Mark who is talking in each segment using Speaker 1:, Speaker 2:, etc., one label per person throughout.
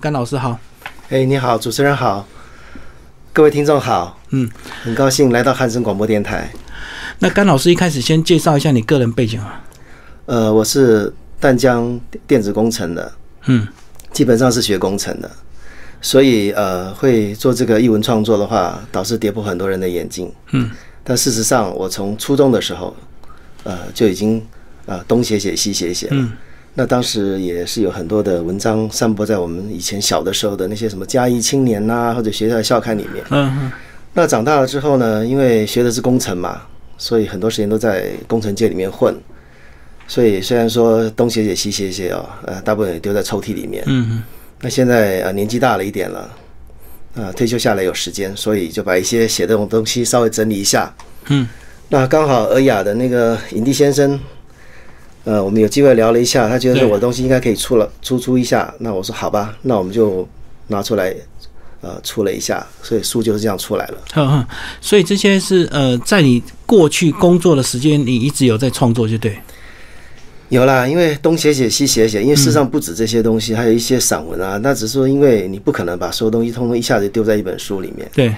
Speaker 1: 甘老师好，
Speaker 2: 哎、你好，主持人好，各位听众好，
Speaker 1: 嗯，
Speaker 2: 很高兴来到汉声广播电台。
Speaker 1: 那甘老师一开始先介绍一下你个人背景啊，
Speaker 2: 呃，我是淡江电子工程的，
Speaker 1: 嗯，
Speaker 2: 基本上是学工程的，所以呃，会做这个译文创作的话，倒是跌破很多人的眼镜。
Speaker 1: 嗯，
Speaker 2: 但事实上，我从初中的时候，呃，就已经呃东写写西写写了。
Speaker 1: 嗯
Speaker 2: 那当时也是有很多的文章散播在我们以前小的时候的那些什么《嘉义青年》呐，或者学校的校刊里面。
Speaker 1: 嗯
Speaker 2: 那长大了之后呢，因为学的是工程嘛，所以很多时间都在工程界里面混。所以虽然说东写写西写写哦，呃，大部分也丢在抽屉里面。
Speaker 1: 嗯
Speaker 2: 那现在呃年纪大了一点了，呃，退休下来有时间，所以就把一些写的东西稍微整理一下。
Speaker 1: 嗯
Speaker 2: 那刚好尔雅的那个影帝先生，呃，我们有机会聊了一下，他觉得
Speaker 1: 对
Speaker 2: 说我的东西应该可以出了出出一下，那我说好吧，那我们就拿出来，呃，出了一下，所以书就是这样出来了。
Speaker 1: 嗯嗯，所以这些是呃，在你过去工作的时间，你一直有在创作，就对，
Speaker 2: 有啦，因为东写写西写写，因为世上不止这些东西，还有一些散文啊。那只是说，因为你不可能把所有东西通通一下子丢在一本书里面。
Speaker 1: 对，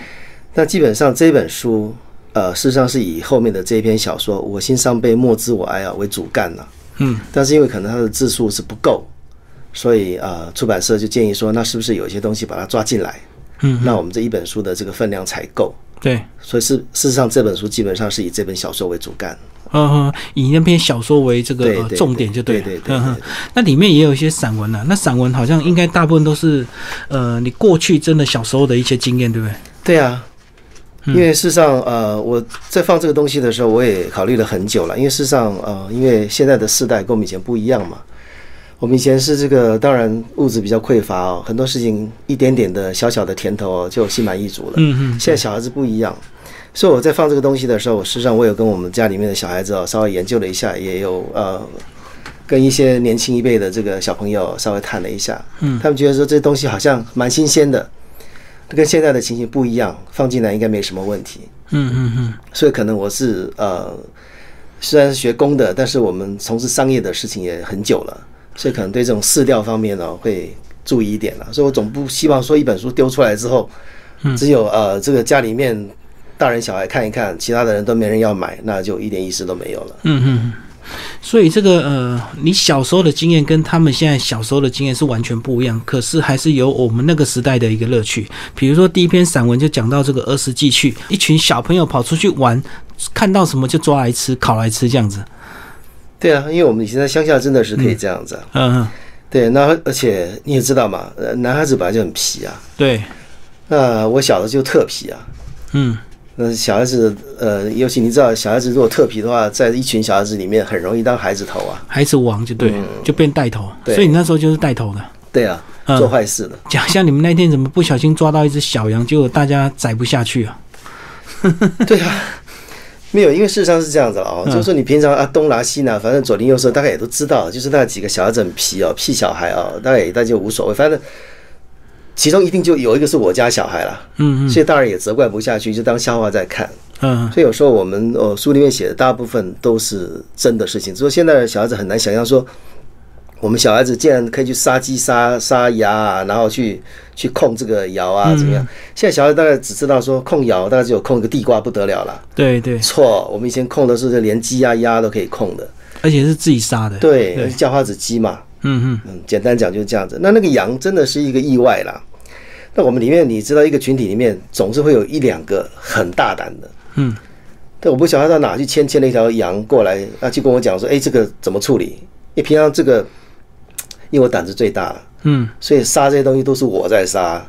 Speaker 2: 那基本上这本书，呃，事实上是以后面的这一篇小说《我心上被莫知我哀》啊为主干了、
Speaker 1: 嗯
Speaker 2: 但是因为可能它的字数是不够，所以呃，出版社就建议说，那是不是有一些东西把它抓进来？
Speaker 1: 嗯，
Speaker 2: 那我们这一本书的这个分量才够。
Speaker 1: 对，
Speaker 2: 所以事事实上，这本书基本上是以这本小说为主干。
Speaker 1: 嗯嗯，以那篇小说为这个
Speaker 2: 对
Speaker 1: 呃
Speaker 2: 对
Speaker 1: 重点就
Speaker 2: 对
Speaker 1: 了，
Speaker 2: 对对对
Speaker 1: 嗯
Speaker 2: 对
Speaker 1: 嗯，那里面也有一些散文啊，那散文好像应该大部分都是呃，你过去真的小时候的一些经验，对不对？
Speaker 2: 对啊，因为事实上，呃，我在放这个东西的时候，我也考虑了很久了。因为事实上，呃，因为现在的世代跟我们以前不一样嘛。我们以前是这个，当然物质比较匮乏哦，很多事情一点点的小小的甜头哦，就心满意足了。
Speaker 1: 嗯嗯，
Speaker 2: 现在小孩子不一样，所以我在放这个东西的时候，我事实上我有跟我们家里面的小孩子哦稍微研究了一下，也有呃跟一些年轻一辈的这个小朋友稍微谈了一下，
Speaker 1: 嗯
Speaker 2: 他们觉得说这东西好像蛮新鲜的，跟现在的情形不一样，放进来应该没什么问题，
Speaker 1: 嗯嗯嗯，
Speaker 2: 所以可能我是呃虽然是学工的，但是我们从事商业的事情也很久了，所以可能对这种饲料方面呢、会注意一点了，所以我总不希望说一本书丢出来之后。
Speaker 1: 嗯
Speaker 2: 只有呃这个家里面大人小孩看一看，其他的人都没人要买，那就一点意思都没有了。
Speaker 1: 嗯嗯，所以这个呃，你小时候的经验跟他们现在小时候的经验是完全不一样，可是还是有我们那个时代的一个乐趣。比如说第一篇散文就讲到这个儿时记趣，一群小朋友跑出去玩，看到什么就抓来吃、烤来吃这样子。
Speaker 2: 对啊，因为我们以前在乡下真的是可以这样子、啊。
Speaker 1: 嗯，嗯
Speaker 2: 对，那而且你也知道嘛，呃，男孩子本来就很皮啊。
Speaker 1: 对，
Speaker 2: 那我小的就特皮啊。
Speaker 1: 嗯
Speaker 2: 那小孩子，呃，尤其你知道，小孩子如果特皮的话，在一群小孩子里面很容易当孩子头啊。
Speaker 1: 孩子王就对，就变带头，
Speaker 2: 对
Speaker 1: 所以你那时候就是带头的。
Speaker 2: 对啊，
Speaker 1: 嗯
Speaker 2: 做坏事 的。
Speaker 1: 讲一下你们那天怎么不小心抓到一只小羊，结果大家宰不下去啊？
Speaker 2: 对啊，没有，因为事实上是这样子了哦，
Speaker 1: 嗯
Speaker 2: 就是说你平常啊东拿西拿，反正左邻右舍大概也都知道，就是那几个小孩子很皮哦，屁小孩哦，大概也大家就无所谓，反正其中一定就有一个是我家小孩啦，
Speaker 1: 嗯嗯
Speaker 2: 所以大人也责怪不下去，就当笑话在看。
Speaker 1: 嗯
Speaker 2: 所以有时候我们呃书里面写的大部分都是真的事情，只是说现在的小孩子很难想象说，我们小孩子竟然可以去杀鸡、杀杀鸭啊，然后去去控这个窑啊，怎么样？现在小孩大概只知道说控窑，大概只有控一个地瓜不得了了。
Speaker 1: 对对，
Speaker 2: 错，我们以前控的是连鸡啊、鸭都可以控的，
Speaker 1: 而且是自己杀的。
Speaker 2: 对，叫花子鸡嘛，
Speaker 1: 嗯嗯
Speaker 2: 嗯，简单讲就是这样子。那那个羊真的是一个意外啦。那我们里面你知道，一个群体里面总是会有一两个很大胆的，
Speaker 1: 嗯
Speaker 2: 但我不晓得他到哪去牵牵了一条羊过来，啊，就跟我讲说，哎、这个怎么处理？因为平常这个，因为我胆子最大，
Speaker 1: 嗯，
Speaker 2: 所以杀这些东西都是我在杀。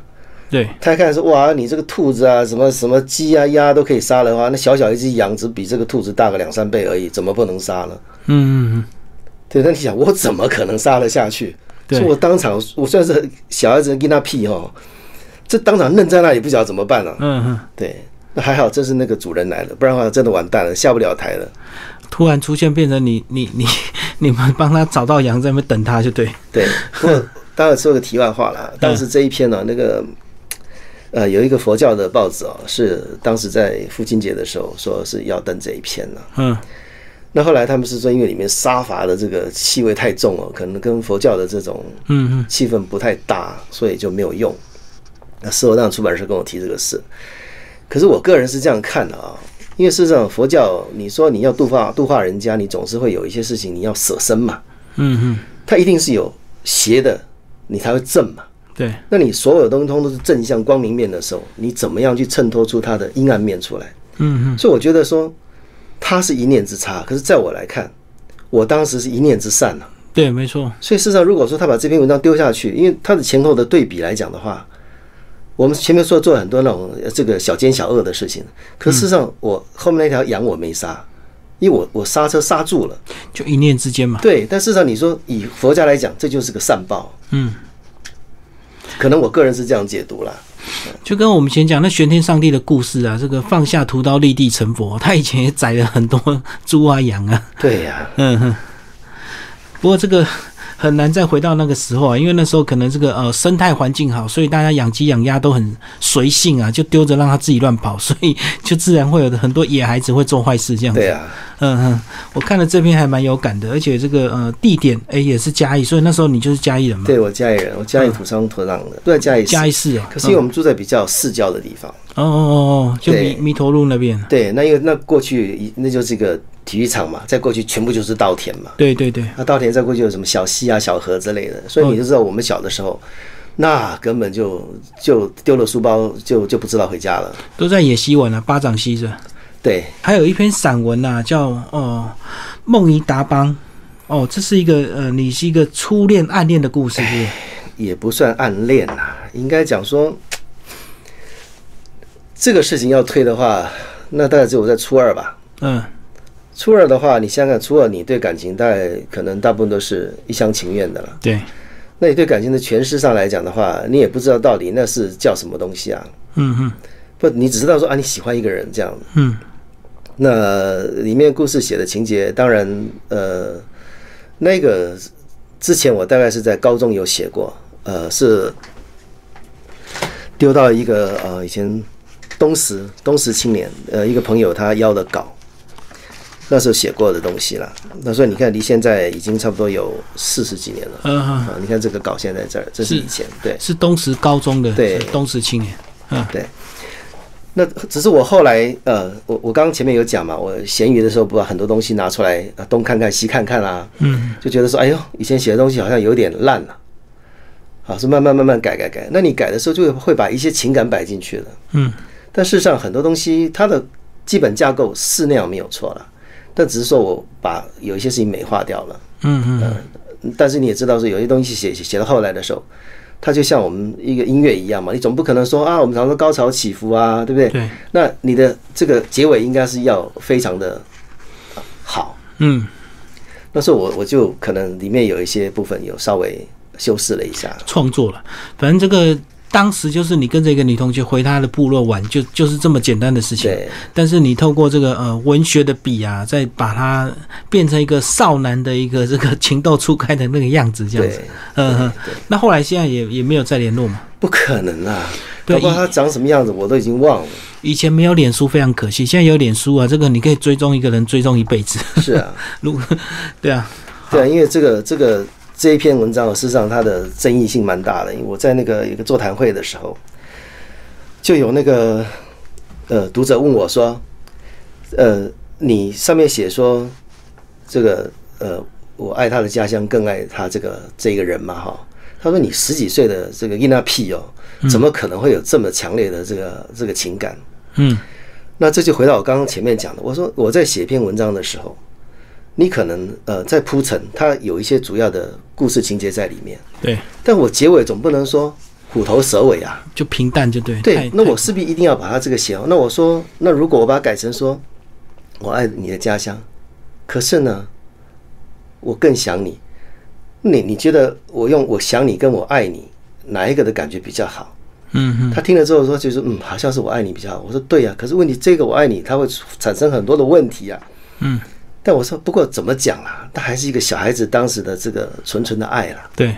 Speaker 1: 对。嗯
Speaker 2: 他一看说，哇，你这个兔子啊，什么什么鸡啊、鸭都可以杀的话，那小小一只羊只比这个兔子大个两三倍而已，怎么不能杀呢？
Speaker 1: 嗯，嗯
Speaker 2: 对，那你想，我怎么可能杀得下去？
Speaker 1: 对
Speaker 2: 所以 我当场，我虽然是小孩子跟他屁哦，这当场愣在那里，不晓得怎么办了、
Speaker 1: 嗯嗯嗯，
Speaker 2: 对，那还好，这是那个主人来了，不然的话真的完蛋了，下不了台了。
Speaker 1: 突然出现变成你你 你你们帮他找到羊在那边等他就对，
Speaker 2: 对，不过当然说个题外话啦，当时这一篇呢、那个呃有一个佛教的报纸哦，是当时在父亲节的时候说是要登这一篇呢、
Speaker 1: 嗯
Speaker 2: 那后来他们是说，因为里面杀伐的这个气味太重哦，可能跟佛教的这种
Speaker 1: 嗯嗯
Speaker 2: 气氛不太搭，所以就没有用。那斯罗当出版社跟我提这个事，可是我个人是这样看的啊，因为事实上佛教，你说你要度化度化人家，你总是会有一些事情你要舍身嘛，
Speaker 1: 嗯
Speaker 2: 它一定是有邪的，你才会正嘛。
Speaker 1: 嗯，对，
Speaker 2: 那你所有东通都是正向光明面的时候，你怎么样去衬托出它的阴暗面出来？
Speaker 1: 嗯嗯
Speaker 2: 所以我觉得说，它是一念之差。可是在我来看，我当时是一念之善呢、啊
Speaker 1: 对，没错，
Speaker 2: 所以事实上，如果说他把这篇文章丢下去，因为他的前后的对比来讲的话，我们前面说做了很多那种呃这个小奸小恶的事情，可事实上我后面那条羊我没杀，因为我我刹车刹住了。
Speaker 1: 就一念之间嘛。
Speaker 2: 对，但事实上你说以佛家来讲，这就是个善报，
Speaker 1: 嗯，
Speaker 2: 可能我个人是这样解读啦。
Speaker 1: 就跟我们以前讲那玄天上帝的故事啊，这个放下屠刀立地成佛，他以前也宰了很多猪啊羊啊。
Speaker 2: 对呀、
Speaker 1: 嗯哼，不过这个很难再回到那个时候啊，因为那时候可能这个呃生态环境好，所以大家养鸡养鸭都很随性啊，就丢着让它自己乱跑，所以就自然会有很多野孩子会做坏事这样子。
Speaker 2: 对呀、
Speaker 1: 嗯哼，我看了这篇还蛮有感的，而且这个呃地点哎、也是嘉义，所以那时候你就是嘉义人嘛，
Speaker 2: 对我家里人，我家里土生土长的，都嗯在家里。
Speaker 1: 嘉义市啊。
Speaker 2: 可是因为我们住在比较市郊的地方，
Speaker 1: 哦哦哦哦，就
Speaker 2: 对
Speaker 1: 弥弥陀路那边。
Speaker 2: 对，那因为那过去那就是一个体育场嘛，再过去全部就是稻田嘛。
Speaker 1: 对对对，
Speaker 2: 那稻田再过去有什么小溪啊、小河之类的，所以你就知道我们小的时候，那根本就就丢了书包就就不知道回家了。
Speaker 1: 都在野溪玩啊，巴掌溪是吧。
Speaker 2: 对，
Speaker 1: 还有一篇散文呐、叫《哦梦怡达邦》，哦，这是一个呃，你是一个初恋暗恋的故事，是不是？
Speaker 2: 也不算暗恋啦、应该讲说，这个事情要推的话，那大概只有在初二吧。
Speaker 1: 嗯，
Speaker 2: 初二的话，你想想看，初二你对感情大概可能大部分都是一厢情愿的了。
Speaker 1: 对，
Speaker 2: 那你对感情的诠释上来讲的话，你也不知道到底那是叫什么东西啊？
Speaker 1: 嗯嗯
Speaker 2: 不，你只知道说啊，你喜欢一个人这样子。
Speaker 1: 嗯，
Speaker 2: 那里面故事写的情节，当然，呃，那个之前我大概是在高中有写过，呃，是丢到一个呃以前东石东石青年呃一个朋友他要的稿，那时候写过的东西啦。那所以你看，离现在已经差不多有四十几年了。
Speaker 1: 呃，
Speaker 2: 啊，你看这个稿现在这儿，这是
Speaker 1: 是
Speaker 2: 以前对
Speaker 1: 是东石高中的，
Speaker 2: 对
Speaker 1: 是东石青年，嗯
Speaker 2: 对。那只是我后来呃，我我刚刚前面有讲嘛，我闲鱼的时候把很多东西拿出来呃东看看西看看啊，
Speaker 1: 嗯，
Speaker 2: 就觉得说，哎呦，以前写的东西好像有点烂了、啊，是慢慢慢慢改改改。那你改的时候就会把一些情感摆进去了，
Speaker 1: 嗯，
Speaker 2: 但事实上很多东西它的基本架构是那样没有错了，但只是说我把有一些事情美化掉了。
Speaker 1: 嗯嗯，
Speaker 2: 但是你也知道，是有些东西写写写到后来的时候，它就像我们一个音乐一样嘛，你总不可能说啊，我们常说高潮起伏啊，对不对？
Speaker 1: 对，
Speaker 2: 那你的这个结尾应该是要非常的呃好。
Speaker 1: 嗯，
Speaker 2: 那时候我我就可能里面有一些部分有稍微修饰了一下，
Speaker 1: 创作了，反正这个。当时就是你跟着一个女同学回她的部落玩，就就是这么简单的事情。
Speaker 2: 对
Speaker 1: 但是你透过这个呃文学的笔啊，再把它变成一个少男的一个 这个情窦初开的那个样子，这样
Speaker 2: 对
Speaker 1: 子。，嗯哼
Speaker 2: 对，
Speaker 1: 那后来现在也也没有再联络嘛。
Speaker 2: 不可能啊！
Speaker 1: 对
Speaker 2: 包括他长什么样子我都已经忘了。
Speaker 1: 以前没有脸书非常可惜，现在有脸书啊，这个你可以追踪一个人追踪一辈子。
Speaker 2: 是啊，
Speaker 1: 如果对啊，
Speaker 2: 对啊，因为这个这个这一篇文章，事实上它的争议性蛮大的。因为我在那个有一个座谈会的时候，就有那个呃读者问我说，呃，你上面写说这个呃，我爱他的家乡，更爱他这个这个人嘛哈。他说你十几岁的这个伊那屁哦，怎么可能会有这么强烈的这个这个情感？
Speaker 1: 嗯，
Speaker 2: 那这就回到我刚刚前面讲的，我说我在写一篇文章的时候，你可能呃在铺陈，它有一些主要的故事情节在里面，
Speaker 1: 对，
Speaker 2: 但我结尾总不能说虎头蛇尾啊。
Speaker 1: 就平淡就对。
Speaker 2: 对
Speaker 1: 太，
Speaker 2: 那
Speaker 1: 太
Speaker 2: 我势必一定要把它这个写好。那我说，那如果我把它改成说，我爱你的家乡，可是呢，我更想你。你你觉得我用我想你跟我爱你哪一个的感觉比较好？
Speaker 1: 嗯嗯
Speaker 2: 他听了之后说，就是嗯，好像是我爱你比较好。我说对啊呀、可是问题这个我爱你，它会出产生很多的问题啊。
Speaker 1: 嗯，
Speaker 2: 但我说不过怎么讲啦、啊，那还是一个小孩子当时的这个纯纯的爱啦、
Speaker 1: 对，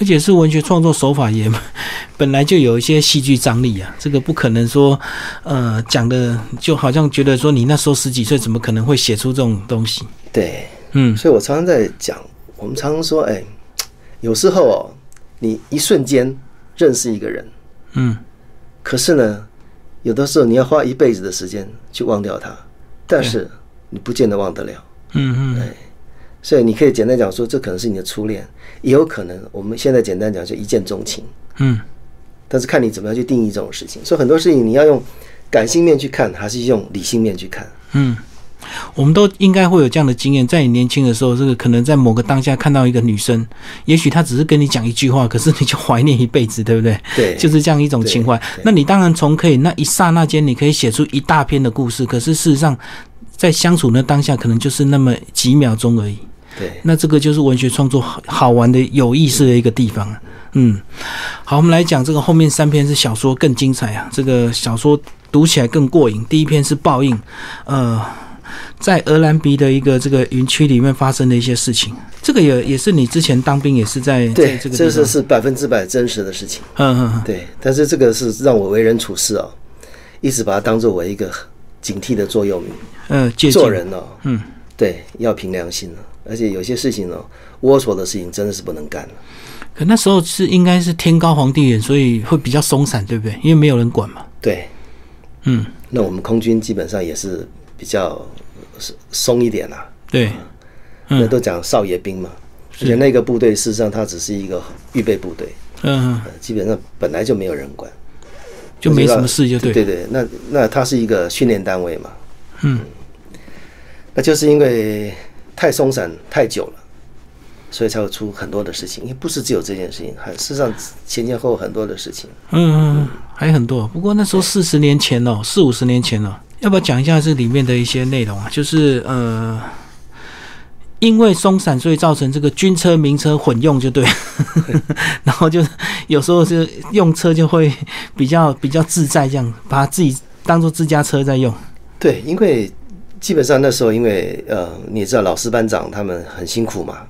Speaker 1: 而且是文学创作手法也 本来就有一些戏剧张力啊，这个不可能说，呃，讲的就好像觉得说你那时候十几岁怎么可能会写出这种东西？
Speaker 2: 对，
Speaker 1: 嗯，
Speaker 2: 所以我常常在讲，我们常常说，哎，有时候哦，你一瞬间认识一个人，
Speaker 1: 嗯，
Speaker 2: 可是呢，有的时候你要花一辈子的时间去忘掉他，但是你不见得忘得了。
Speaker 1: 嗯嗯，
Speaker 2: 所以你可以简单讲说，这可能是你的初恋，也有可能我们现在简单讲就一见钟情，
Speaker 1: 嗯，
Speaker 2: 但是看你怎么样去定义这种事情。所以很多事情你要用感性面去看，还是用理性面去看？
Speaker 1: 嗯，我们都应该会有这样的经验，在你年轻的时候，这个可能在某个当下看到一个女生，也许她只是跟你讲一句话，可是你就怀念一辈子，对不对？
Speaker 2: 对，
Speaker 1: 就是这样一种情怀。那你当然从可以那一刹那间，你可以写出一大篇的故事，可是事实上，在相处那当下，可能就是那么几秒钟而已。
Speaker 2: 对，
Speaker 1: 那这个就是文学创作好好玩的、有意思的一个地方啊。嗯，好，我们来讲这个后面三篇是小说更精彩啊，这个小说读起来更过瘾。第一篇是《报应》，呃，在俄兰比的一个这个云区里面发生的一些事情，这个也也是你之前当兵也是在在
Speaker 2: 对，
Speaker 1: 这个地
Speaker 2: 这
Speaker 1: 方
Speaker 2: 是，是百分之百真实的事情。
Speaker 1: 嗯嗯嗯，
Speaker 2: 对，但是这个是让我为人处事哦，一直把它当做我一个警惕的座右铭。
Speaker 1: 呃，借鉴
Speaker 2: 做人哦，
Speaker 1: 嗯，
Speaker 2: 对，要凭良心了、而且有些事情呢、龌龊的事情真的是不能干了。
Speaker 1: 可那时候是应该是天高皇帝远，所以会比较松散，对不对？因为没有人管嘛。
Speaker 2: 对，
Speaker 1: 嗯，
Speaker 2: 那我们空军基本上也是比较松松一点啦、
Speaker 1: 对，嗯
Speaker 2: 那都讲少爷兵嘛。而且那个部队事实上它只是一个预备部队，
Speaker 1: 嗯、嗯
Speaker 2: 呃基本上本来就没有人管，
Speaker 1: 就没什么事就
Speaker 2: 对
Speaker 1: 对。
Speaker 2: 对对，那那它是一个训练单位嘛，
Speaker 1: 嗯，
Speaker 2: 那就是因为太松散太久了，所以才会出很多的事情。因为不是只有这件事情，还事实上前前后后很多的事情。
Speaker 1: 嗯，嗯，还很多。不过那时候四十年前哦，四五十年前哦，要不要讲一下这里面的一些内容啊？就是呃，因为松散，所以造成这个军车民车混用，就对。然后就是有时候是用车就会比较比较自在，这样把自己当做自家车在用。
Speaker 2: 对，因为基本上那时候，因为呃，你也知道老师班长他们很辛苦嘛，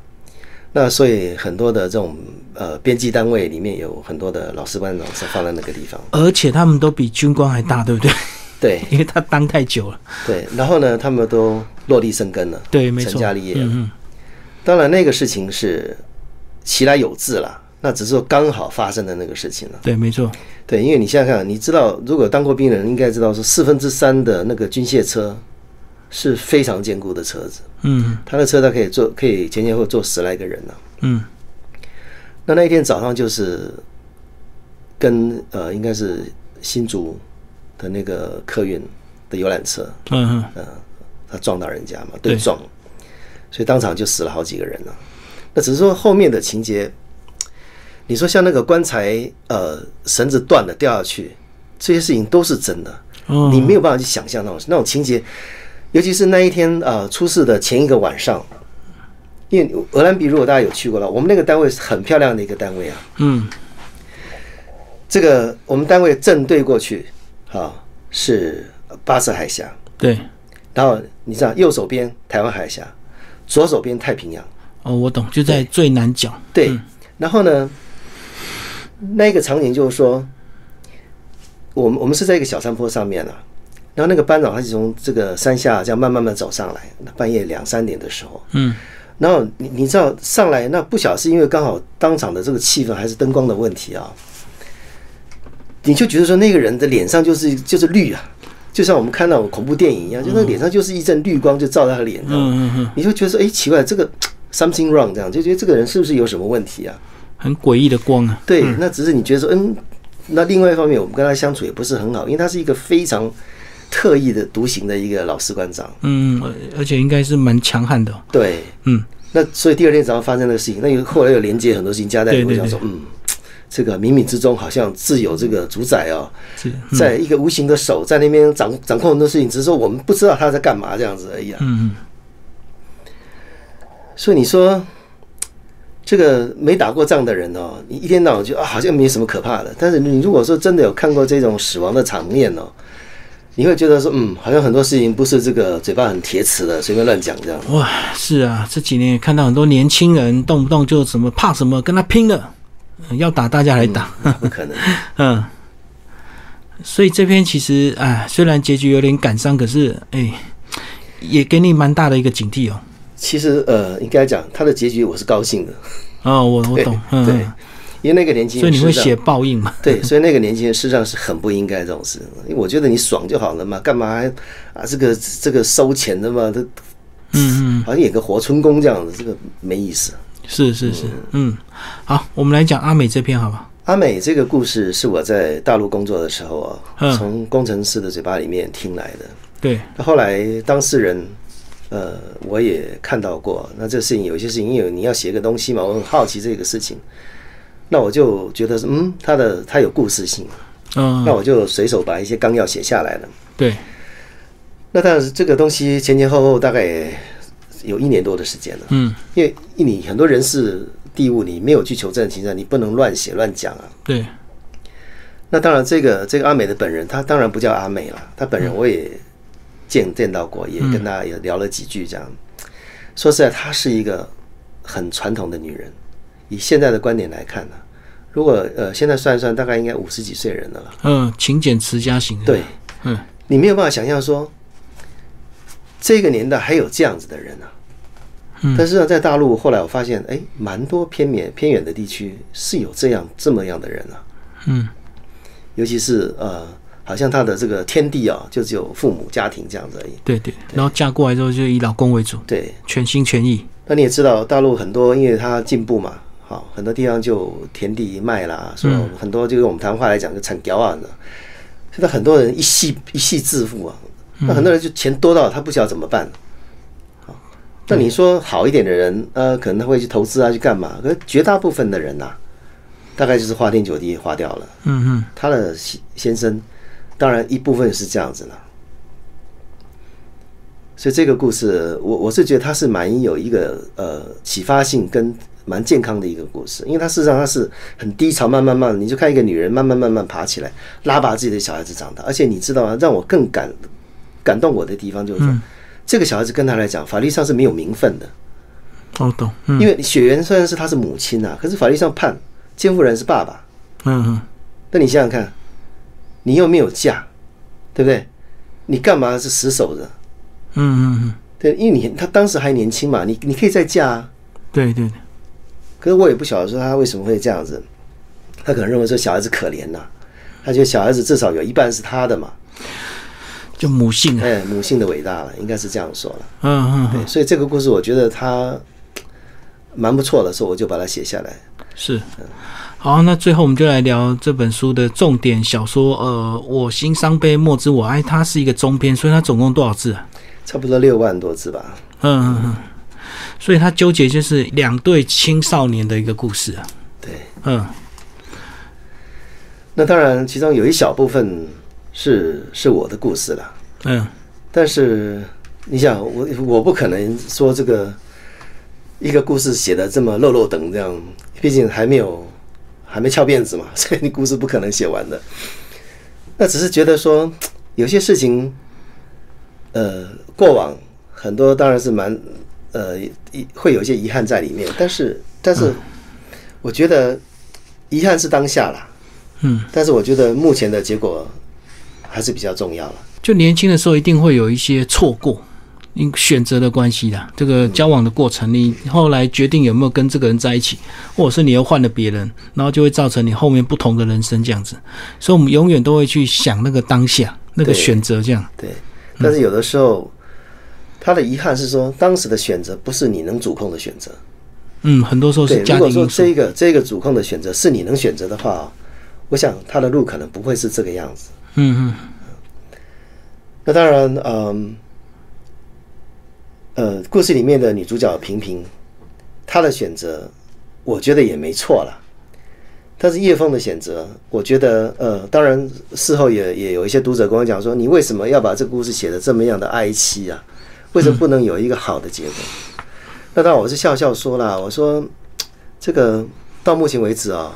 Speaker 2: 那所以很多的这种呃编辑单位里面有很多的老师班长是放在那个地方。
Speaker 1: 而且他们都比军官还大，对不对？
Speaker 2: 对
Speaker 1: 因为他当太久了。
Speaker 2: 对，然后呢，他们都落地生根了，
Speaker 1: 对，没
Speaker 2: 成
Speaker 1: 错。
Speaker 2: 家立业了。
Speaker 1: 嗯嗯
Speaker 2: 当然，那个事情是其来有自啦，那只是说刚好发生的那个事情了。
Speaker 1: 对，没错。
Speaker 2: 对，因为你想想看，你知道，如果当过兵的人应该知道，说四分之三的那个军械车是非常坚固的车子，
Speaker 1: 嗯
Speaker 2: 他的车它可以坐，可以前前后后坐十来个人呢、啊
Speaker 1: 嗯
Speaker 2: 那那一天早上就是跟呃，应该是新竹的那个客运的游览车，
Speaker 1: 嗯嗯，
Speaker 2: 嗯，他撞到人家嘛，
Speaker 1: 对
Speaker 2: 对撞，所以当场就死了好几个人了、那只是说后面的情节，你说像那个棺材，呃，绳子断了掉下去，这些事情都是真的，
Speaker 1: 哦，
Speaker 2: 你没有办法去想象那种那种情节，尤其是那一天呃出事的前一个晚上。因为俄兰比，如果大家有去过了，我们那个单位是很漂亮的一个单位啊。
Speaker 1: 嗯
Speaker 2: 这个我们单位正对过去，啊，是巴士海峡，
Speaker 1: 对
Speaker 2: 然后你知道右手边台湾海峡，左手边太平洋，
Speaker 1: 哦，我懂，就在最南角。
Speaker 2: 对。然后呢，那个场景就是说，我们我们是在一个小山坡上面啊，然后那个班长他是从这个山下这样慢慢慢走上来，那半夜两三点的时候，
Speaker 1: 嗯
Speaker 2: 然后你你知道上来那不晓得是因为刚好当场的这个气氛还是灯光的问题啊，你就觉得说那个人的脸上就是就是绿啊，就像我们看到恐怖电影一样，就那脸上就是一阵绿光就照在他脸上，
Speaker 1: 嗯嗯嗯嗯，
Speaker 2: 你就觉得说哎奇怪，这个 something wrong 这样，就觉得这个人是不是有什么问题啊？
Speaker 1: 很诡异的光啊。
Speaker 2: 对，那只是你觉得说嗯，那另外一方面我们跟他相处也不是很好，因为他是一个非常特意的独行的一个老士官长，
Speaker 1: 嗯，而而且应该是蛮强悍的哦。
Speaker 2: 对，
Speaker 1: 嗯
Speaker 2: 那所以第二天早上发生那个事情，那有后来有连接很多事情加在里面，我
Speaker 1: 对对
Speaker 2: 想说，嗯，这个冥冥之中好像自有这个主宰哦，
Speaker 1: 是
Speaker 2: 在一个无形的手在那边掌掌控很多事情，只是说我们不知道他在干嘛这样子而已啊。
Speaker 1: 嗯
Speaker 2: 所以你说，这个没打过仗的人哦，你一天到晚就啊好像没什么可怕的，但是你如果说真的有看过这种死亡的场面哦。你会觉得说，嗯，好像很多事情不是这个嘴巴很铁齿的，随便乱讲这样。
Speaker 1: 嗯，哇，是啊，这几年也看到很多年轻人动不动就什么怕什么，跟他拼了。嗯要打大家来打，
Speaker 2: 嗯不可能。
Speaker 1: 嗯。所以这篇其实，哎，虽然结局有点感伤，可是，哎，也给你蛮大的一个警惕哦。
Speaker 2: 其实呃，应该讲他的结局我是高兴的，
Speaker 1: 哦，我我懂，嗯，
Speaker 2: 对
Speaker 1: 嗯
Speaker 2: 因为那个年轻
Speaker 1: 所以
Speaker 2: 人
Speaker 1: 你会
Speaker 2: 事实上
Speaker 1: 写嗯报应嘛？
Speaker 2: 对，所以那个年轻人事实上是很不应该这种事。因为我觉得你爽就好了嘛，干嘛还啊这个这个收钱的嘛？这
Speaker 1: 嗯嗯，
Speaker 2: 好像演个活春宫这样子，这个没意思。
Speaker 1: 是是是，嗯，好，我们来讲阿美这篇好吧？
Speaker 2: 阿美这个故事是我在大陆工作的时候
Speaker 1: 嗯
Speaker 2: 啊，从工程师的嘴巴里面听来的。
Speaker 1: 对，
Speaker 2: 那后来当事人，呃，我也看到过。那这事情有一些事情，因为你要写个东西嘛，我很好奇这个事情。那我就觉得，嗯，他的他有故事性，
Speaker 1: 嗯、
Speaker 2: 那我就随手把一些纲要写下来了。
Speaker 1: 对，
Speaker 2: 那当然，这个东西前前后后大概也有一年多的时间了。
Speaker 1: 嗯，
Speaker 2: 因为你很多人事地物，你没有去求证的情况下，你不能乱写乱讲啊。
Speaker 1: 对，
Speaker 2: 那当然，这个这个阿美的本人，她当然不叫阿美了，她本人我也见见到过，也跟她也聊了几句这样。说实在，她是一个很传统的女人，以现在的观点来看呢、如果呃现在算一算，大概应该五十几岁人了啦。
Speaker 1: 嗯、勤俭持家型。
Speaker 2: 对，
Speaker 1: 嗯，
Speaker 2: 你没有办法想象说，这个年代还有这样子的人啊。
Speaker 1: 嗯
Speaker 2: 但是呢，在大陆后来我发现，哎，蛮多偏远偏远的地区是有这样这么样的人啊，
Speaker 1: 嗯，
Speaker 2: 尤其是呃，好像他的这个天地啊，就只有父母家庭这样子而已。
Speaker 1: 对对，然后嫁过来之后就以老公为主，
Speaker 2: 对，
Speaker 1: 全心全意。
Speaker 2: 那你也知道，大陆很多因为它进步嘛，好，很多地方就田地卖啦，说很多就用我们台湾话来讲，就产条啊，现在很多人一夕一夕致富啊，那很多人就钱多到他不晓得怎么办。好那你说好一点的人，呃，可能他会去投资啊，去干嘛？可是绝大部分的人呐、大概就是花天酒地花掉了。
Speaker 1: 嗯嗯，
Speaker 2: 他的先先生，当然一部分是这样子了。所以这个故事，我我是觉得它是蛮有一个呃启发性跟蛮健康的一个故事，因为它事实上它是很低潮，慢慢慢慢，你就看一个女人慢慢慢慢爬起来，拉拔自己的小孩子长大，而且你知道吗？让我更感感动我的地方就是说，这个小孩子跟他来讲，法律上是没有名分的，
Speaker 1: 我懂。嗯
Speaker 2: 因为血缘虽然是他是母亲啊，可是法律上判监护人是爸爸，
Speaker 1: 嗯嗯，
Speaker 2: 那你想想看，你又没有嫁，对不对？你干嘛是死守着？
Speaker 1: 嗯嗯嗯，
Speaker 2: 对，因为你他当时还年轻嘛，你你可以再嫁啊。
Speaker 1: 对对对，
Speaker 2: 可是我也不晓得说他为什么会这样子，他可能认为说小孩子可怜呐、他觉得小孩子至少有一半是他的嘛，
Speaker 1: 就母性啊。
Speaker 2: 哎，母性的伟大了，应该是这样说了。
Speaker 1: 嗯嗯
Speaker 2: 对，
Speaker 1: 嗯，
Speaker 2: 所以这个故事我觉得他蛮不错的，所以我就把它写下来。
Speaker 1: 是。好，那最后我们就来聊这本书的重点小说。呃，我心伤悲，莫知我爱。它是一个中篇，所以它总共多少字啊？
Speaker 2: 差不多六万多字吧，
Speaker 1: 嗯嗯，嗯，所以他纠结就是两对青少年的一个故事啊。
Speaker 2: 对。
Speaker 1: 嗯
Speaker 2: 那当然，其中有一小部分是是我的故事了。
Speaker 1: 嗯，
Speaker 2: 但是你想，我我不可能说这个一个故事写的这么漏漏等这样，毕竟还没有还没翘辫子嘛， 所以你故事不可能写完的。那只是觉得说有些事情，呃，过往很多当然是蛮呃一会有一些遗憾在里面，但是但是我觉得遗憾是当下啦，
Speaker 1: 嗯，
Speaker 2: 但是我觉得目前的结果还是比较重要了。
Speaker 1: 就年轻的时候一定会有一些错过，因选择的关系啦，这个交往的过程，你后来决定有没有跟这个人在一起，或者是你又换了别人，然后就会造成你后面不同的人生这样子。所以我们永远都会去想那个当下那个
Speaker 2: 对
Speaker 1: 选择这样。
Speaker 2: 对，但是有的时候，他的遗憾是说，当时的选择不是你能主控的选择。
Speaker 1: 嗯，很多时候
Speaker 2: 对，
Speaker 1: 是
Speaker 2: 如
Speaker 1: 家
Speaker 2: 果
Speaker 1: 庭
Speaker 2: 说
Speaker 1: 因素。
Speaker 2: 这个这个主控的选择是你能选择的话，我想他的路可能不会是这个样子。
Speaker 1: 嗯嗯
Speaker 2: 那当然，嗯，呃，故事里面的女主角平平，她的选择，我觉得也没错啦。但是叶枫的选择，我觉得，呃，当然事后也也有一些读者跟我讲说，你为什么要把这个故事写的这么样的哀戚啊？为
Speaker 1: 嗯
Speaker 2: 什么不能有一个好的结果？那当然，我是笑笑说啦，我说这个到目前为止啊，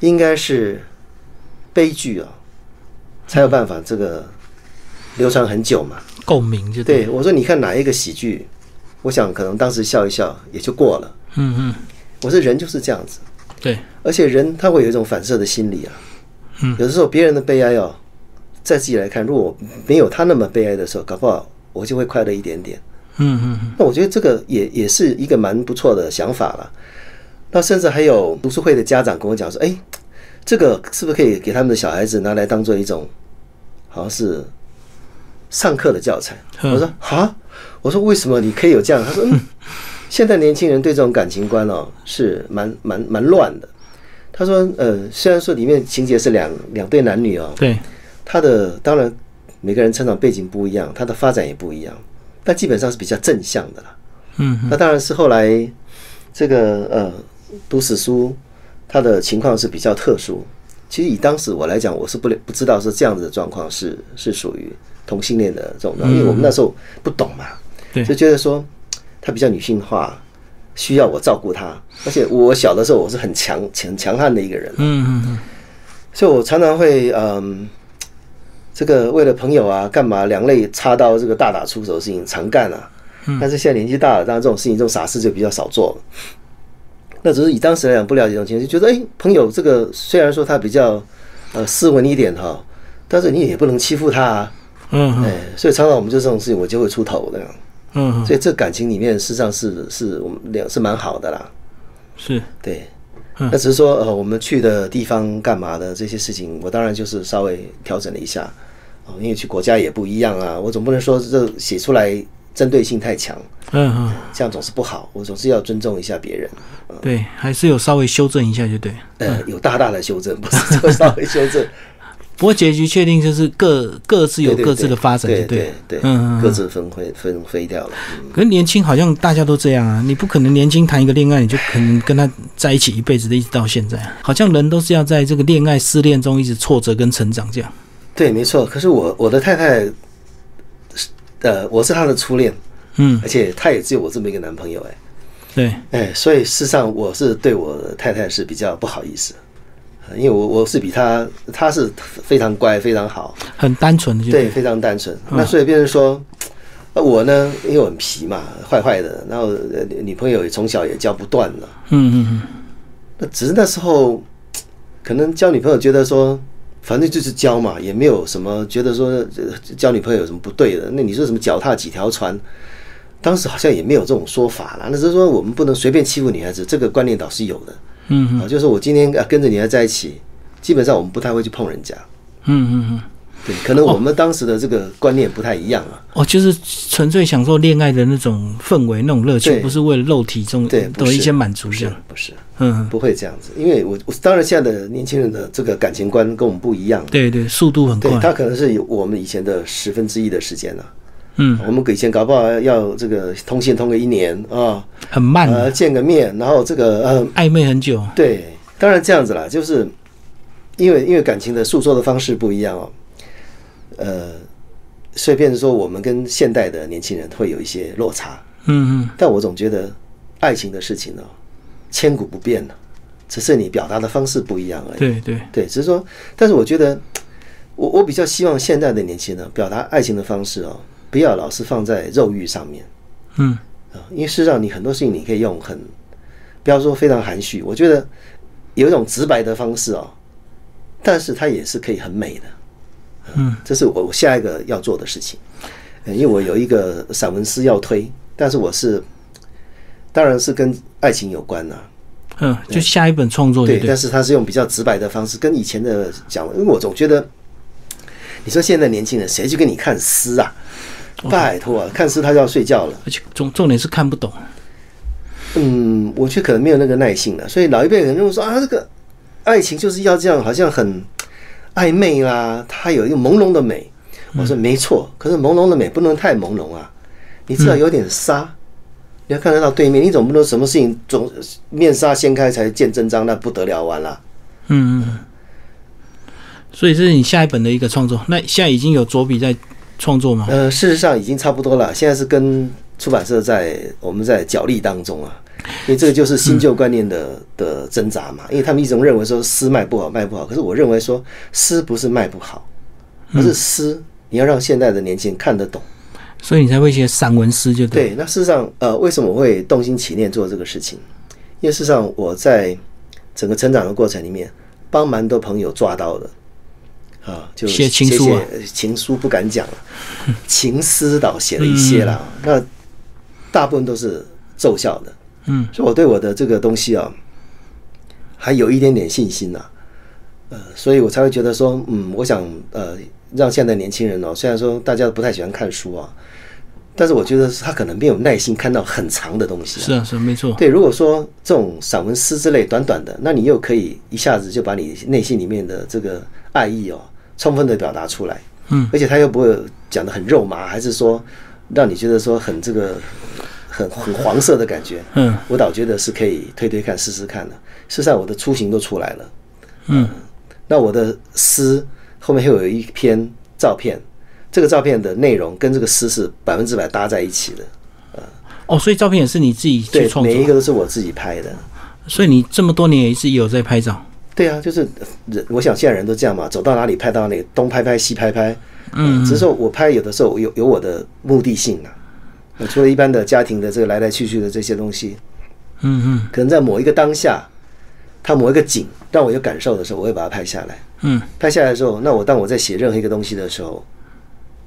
Speaker 2: 应该是悲剧啊，才有办法这个流传很久嘛。
Speaker 1: 共鸣就对。
Speaker 2: 对我说，你看哪一个喜剧，我想可能当时笑一笑也就过了。
Speaker 1: 嗯嗯
Speaker 2: 我说人就是这样子，
Speaker 1: 对，
Speaker 2: 而且人他会有一种反射的心理啊，
Speaker 1: 嗯
Speaker 2: 有的时候别人的悲哀哦，在自己来看，如果我没有他那么悲哀的时候，搞不好我就会快乐一点点。
Speaker 1: 嗯嗯嗯，
Speaker 2: 那我觉得这个也也是一个蛮不错的想法了。那甚至还有读书会的家长跟我讲说，哎，这个是不是可以给他们的小孩子拿来当做一种，好像是上课的教材？
Speaker 1: 嗯
Speaker 2: 我说啊，我说为什么你可以有这样？他说，嗯，现在年轻人对这种感情观哦是蛮蛮蛮乱的。他说，呃，虽然说里面情节是两两对男女哦，
Speaker 1: 对，
Speaker 2: 他的当然每个人成长背景不一样，他的发展也不一样，但基本上是比较正向的啦。
Speaker 1: 嗯嗯
Speaker 2: 那当然是后来这个呃读史书，他的情况是比较特殊。其实以当时我来讲，我是不了不知道是这样子的状况是是属于同性恋的这种状况，因为我们那时候不懂嘛，
Speaker 1: 对
Speaker 2: 就觉得说他比较女性化，需要我照顾他，而且我小的时候我是很强强强悍的一个人，
Speaker 1: 嗯嗯嗯，
Speaker 2: 所以我常常会嗯，这个为了朋友啊，干嘛两肋插刀，这个大打出手的事情常干啊。但是现在年纪大了，当然这种事情这种傻事就比较少做了。那只是以当时来讲不了解这种情绪，觉得哎、朋友这个虽然说他比较呃斯文一点哈，但是你也不能欺负他啊。
Speaker 1: 嗯
Speaker 2: 哎、
Speaker 1: 嗯
Speaker 2: 所以常常我们就这种事情，我就会出头的。
Speaker 1: 嗯嗯，
Speaker 2: 所以这感情里面，事实上是是我们两是蛮好的啦。
Speaker 1: 是，
Speaker 2: 对，
Speaker 1: 嗯
Speaker 2: 那只是说呃，我们去的地方干嘛的这些事情，我当然就是稍微调整了一下，哦，因为去国家也不一样啊，我总不能说这写出来针对性太强，
Speaker 1: 嗯嗯，
Speaker 2: 这样总是不好，我总是要尊重一下别人，
Speaker 1: 对，还是有稍微修正一下就对。
Speaker 2: 呃，有大大的修正，不是说稍微修正，
Speaker 1: 不过结局确定就是各各自 有各自的发展，
Speaker 2: 对
Speaker 1: 对
Speaker 2: 对
Speaker 1: 了
Speaker 2: 对，
Speaker 1: 嗯嗯
Speaker 2: 各
Speaker 1: 嗯。
Speaker 2: 自分灰分飞掉了，嗯
Speaker 1: 可是年轻好像大家都这样啊，你不可能年轻谈一个恋爱，你就可能跟他在一起一辈子的，一直到现在啊。好像人都是要在这个恋爱失恋中一直挫折跟成长这样。
Speaker 2: 对，没错。可是我我的太太是，呃，我是她的初恋，
Speaker 1: 嗯
Speaker 2: 而，且她也只有我这么一个男朋友，哎。
Speaker 1: 对，
Speaker 2: 哎，所以事实上我是对我太太是比较不好意思，呃因为我我是比她，她是非常乖，非常好，
Speaker 1: 很单纯的就
Speaker 2: 对，非常单纯。那所以变成说，呃我呢，因为我很皮嘛，坏坏的，然后呃女朋友也从小也教不断了。
Speaker 1: 嗯嗯
Speaker 2: 那只是那时候可能交女朋友觉得说，反正就是交嘛，也没有什么觉得说呃交女朋友有什么不对的。那你说什么脚踏几条船？当时好像也没有这种说法啦，那只是说我们不能随便欺负女孩子，这个观念倒是有的。
Speaker 1: 嗯嗯
Speaker 2: 啊，就是我今天啊跟着女孩在一起，基本上我们不太会去碰人家，
Speaker 1: 嗯嗯嗯。
Speaker 2: 对，可能我们当时的这个观念不太一样啊。
Speaker 1: 哦，就是纯粹享受恋爱的那种氛围、那种乐趣，
Speaker 2: 对
Speaker 1: 不是为了肉体中
Speaker 2: 对，
Speaker 1: 的
Speaker 2: 不
Speaker 1: 一
Speaker 2: 是
Speaker 1: 些满足
Speaker 2: 不
Speaker 1: 这
Speaker 2: 是
Speaker 1: 样。
Speaker 2: 不是
Speaker 1: 嗯，
Speaker 2: 不会这样子，因为我我当然现在的年轻人的这个感情观跟我们不一样，
Speaker 1: 对对，速度很
Speaker 2: 对
Speaker 1: 快。
Speaker 2: 他可能是有我们以前的十分之一的时间呢、
Speaker 1: 嗯，
Speaker 2: 我们以前搞不好要这个通信通个一年啊，
Speaker 1: 很慢，
Speaker 2: 呃，见个面，然后这个呃，
Speaker 1: 暧昧很久。
Speaker 2: 对，当然这样子啦，就是因为因为感情的诉说的方式不一样哦，呃，所以变成说我们跟现代的年轻人会有一些落差，
Speaker 1: 嗯嗯。
Speaker 2: 但我总觉得爱情的事情呢、千古不变呢、只是你表达的方式不一样而已。
Speaker 1: 对对，
Speaker 2: 对，只是说，但是我觉得，我我比较希望现在的年轻人哦表达爱情的方式哦，不要老是放在肉欲上面
Speaker 1: 嗯
Speaker 2: 啊，因为事实上你很多事情你可以用很，不要说非常含蓄，我觉得有一种直白的方式哦，但是它也是可以很美的，
Speaker 1: 嗯，
Speaker 2: 这是我我下一个要做的事情，呃因为我有一个散文诗要推，但是我是，当然是跟爱情有关呐、
Speaker 1: 嗯，就下一本创作就
Speaker 2: 对，
Speaker 1: 对
Speaker 2: 但。是他是用比较直白的方式，跟以前的讲，因为我总觉得，你说现在年轻人谁去跟你看诗啊？拜托啊，看诗他就要睡觉了。
Speaker 1: 而且重重点是看不懂。
Speaker 2: 嗯，我却可能没有那个耐性了，所以老一辈人就会说啊，这个爱情就是要这样，好像很暧昧啦、它有一个朦胧的美。我说没错，可是朦胧的美不能太朦胧啊，你至少有点纱，你要看得到对面。你总不能什么事情总面纱掀开才见真章，那不得了啊完了。
Speaker 1: 嗯嗯嗯。所以这是你下一本的一个创作。那现在已经有着笔在创作吗？
Speaker 2: 呃，事实上已经差不多了，现在是跟出版社在我们在角力当中啊，因为这个就是新旧观念的、的挣扎嘛，因为他们一直认为说诗卖不好，卖不好，可是我认为说诗不是卖不好，而是诗你要让现代的年轻人看得懂。
Speaker 1: 所以你才会写散文诗就对。
Speaker 2: 对，那事实上，呃，为什么我会动心起念做这个事情？因为事实上我在整个成长的过程里面，帮蛮多朋友抓到的，啊，就
Speaker 1: 写情
Speaker 2: 写
Speaker 1: 书啊
Speaker 2: 写情书不敢讲了， 情诗倒写了一些啦，那大部分都是奏效的，
Speaker 1: 嗯，
Speaker 2: 所以我对我的这个东西啊，还有一点点信心呐、呃，所以我才会觉得说，嗯，我想呃，让现在年轻人哦，虽然说大家不太喜欢看书啊，但是我觉得他可能没有耐心看到很长的东西、啊，
Speaker 1: 是啊，是啊没错，
Speaker 2: 对，如果说这种散文诗之类短短的，那你又可以一下子就把你内心里面的这个爱意哦，充分的表达出来。
Speaker 1: 嗯，
Speaker 2: 而且他又不会讲的很肉麻，还是说让你觉得说很这个很很黄色的感觉。
Speaker 1: 嗯
Speaker 2: 我倒觉得是可以推推看、试试看的。事实上，我的雏形都出来了。呃
Speaker 1: 嗯，
Speaker 2: 那我的诗后面会有一篇照片，这个照片的内容跟这个诗是百分之百搭在一起的。
Speaker 1: 哦，所以照片也是你自己去
Speaker 2: 对，
Speaker 1: 创
Speaker 2: 每一
Speaker 1: 作，
Speaker 2: 个都是我自己拍的。
Speaker 1: 所以你这么多年也是有在拍照，
Speaker 2: 对啊，就是呃人，我想现在人都这样嘛，走到哪里拍到哪里，东拍拍西拍拍。嗯，只是说我拍有的时候有有我的目的性啊。我除了一般的家庭的这个来来去去的这些东西，
Speaker 1: 嗯嗯
Speaker 2: 可能在某一个当下，它某一个景让我有感受的时候，我会把它拍下来。
Speaker 1: 嗯，
Speaker 2: 拍下来的时候，那我当我在写任何一个东西的时候，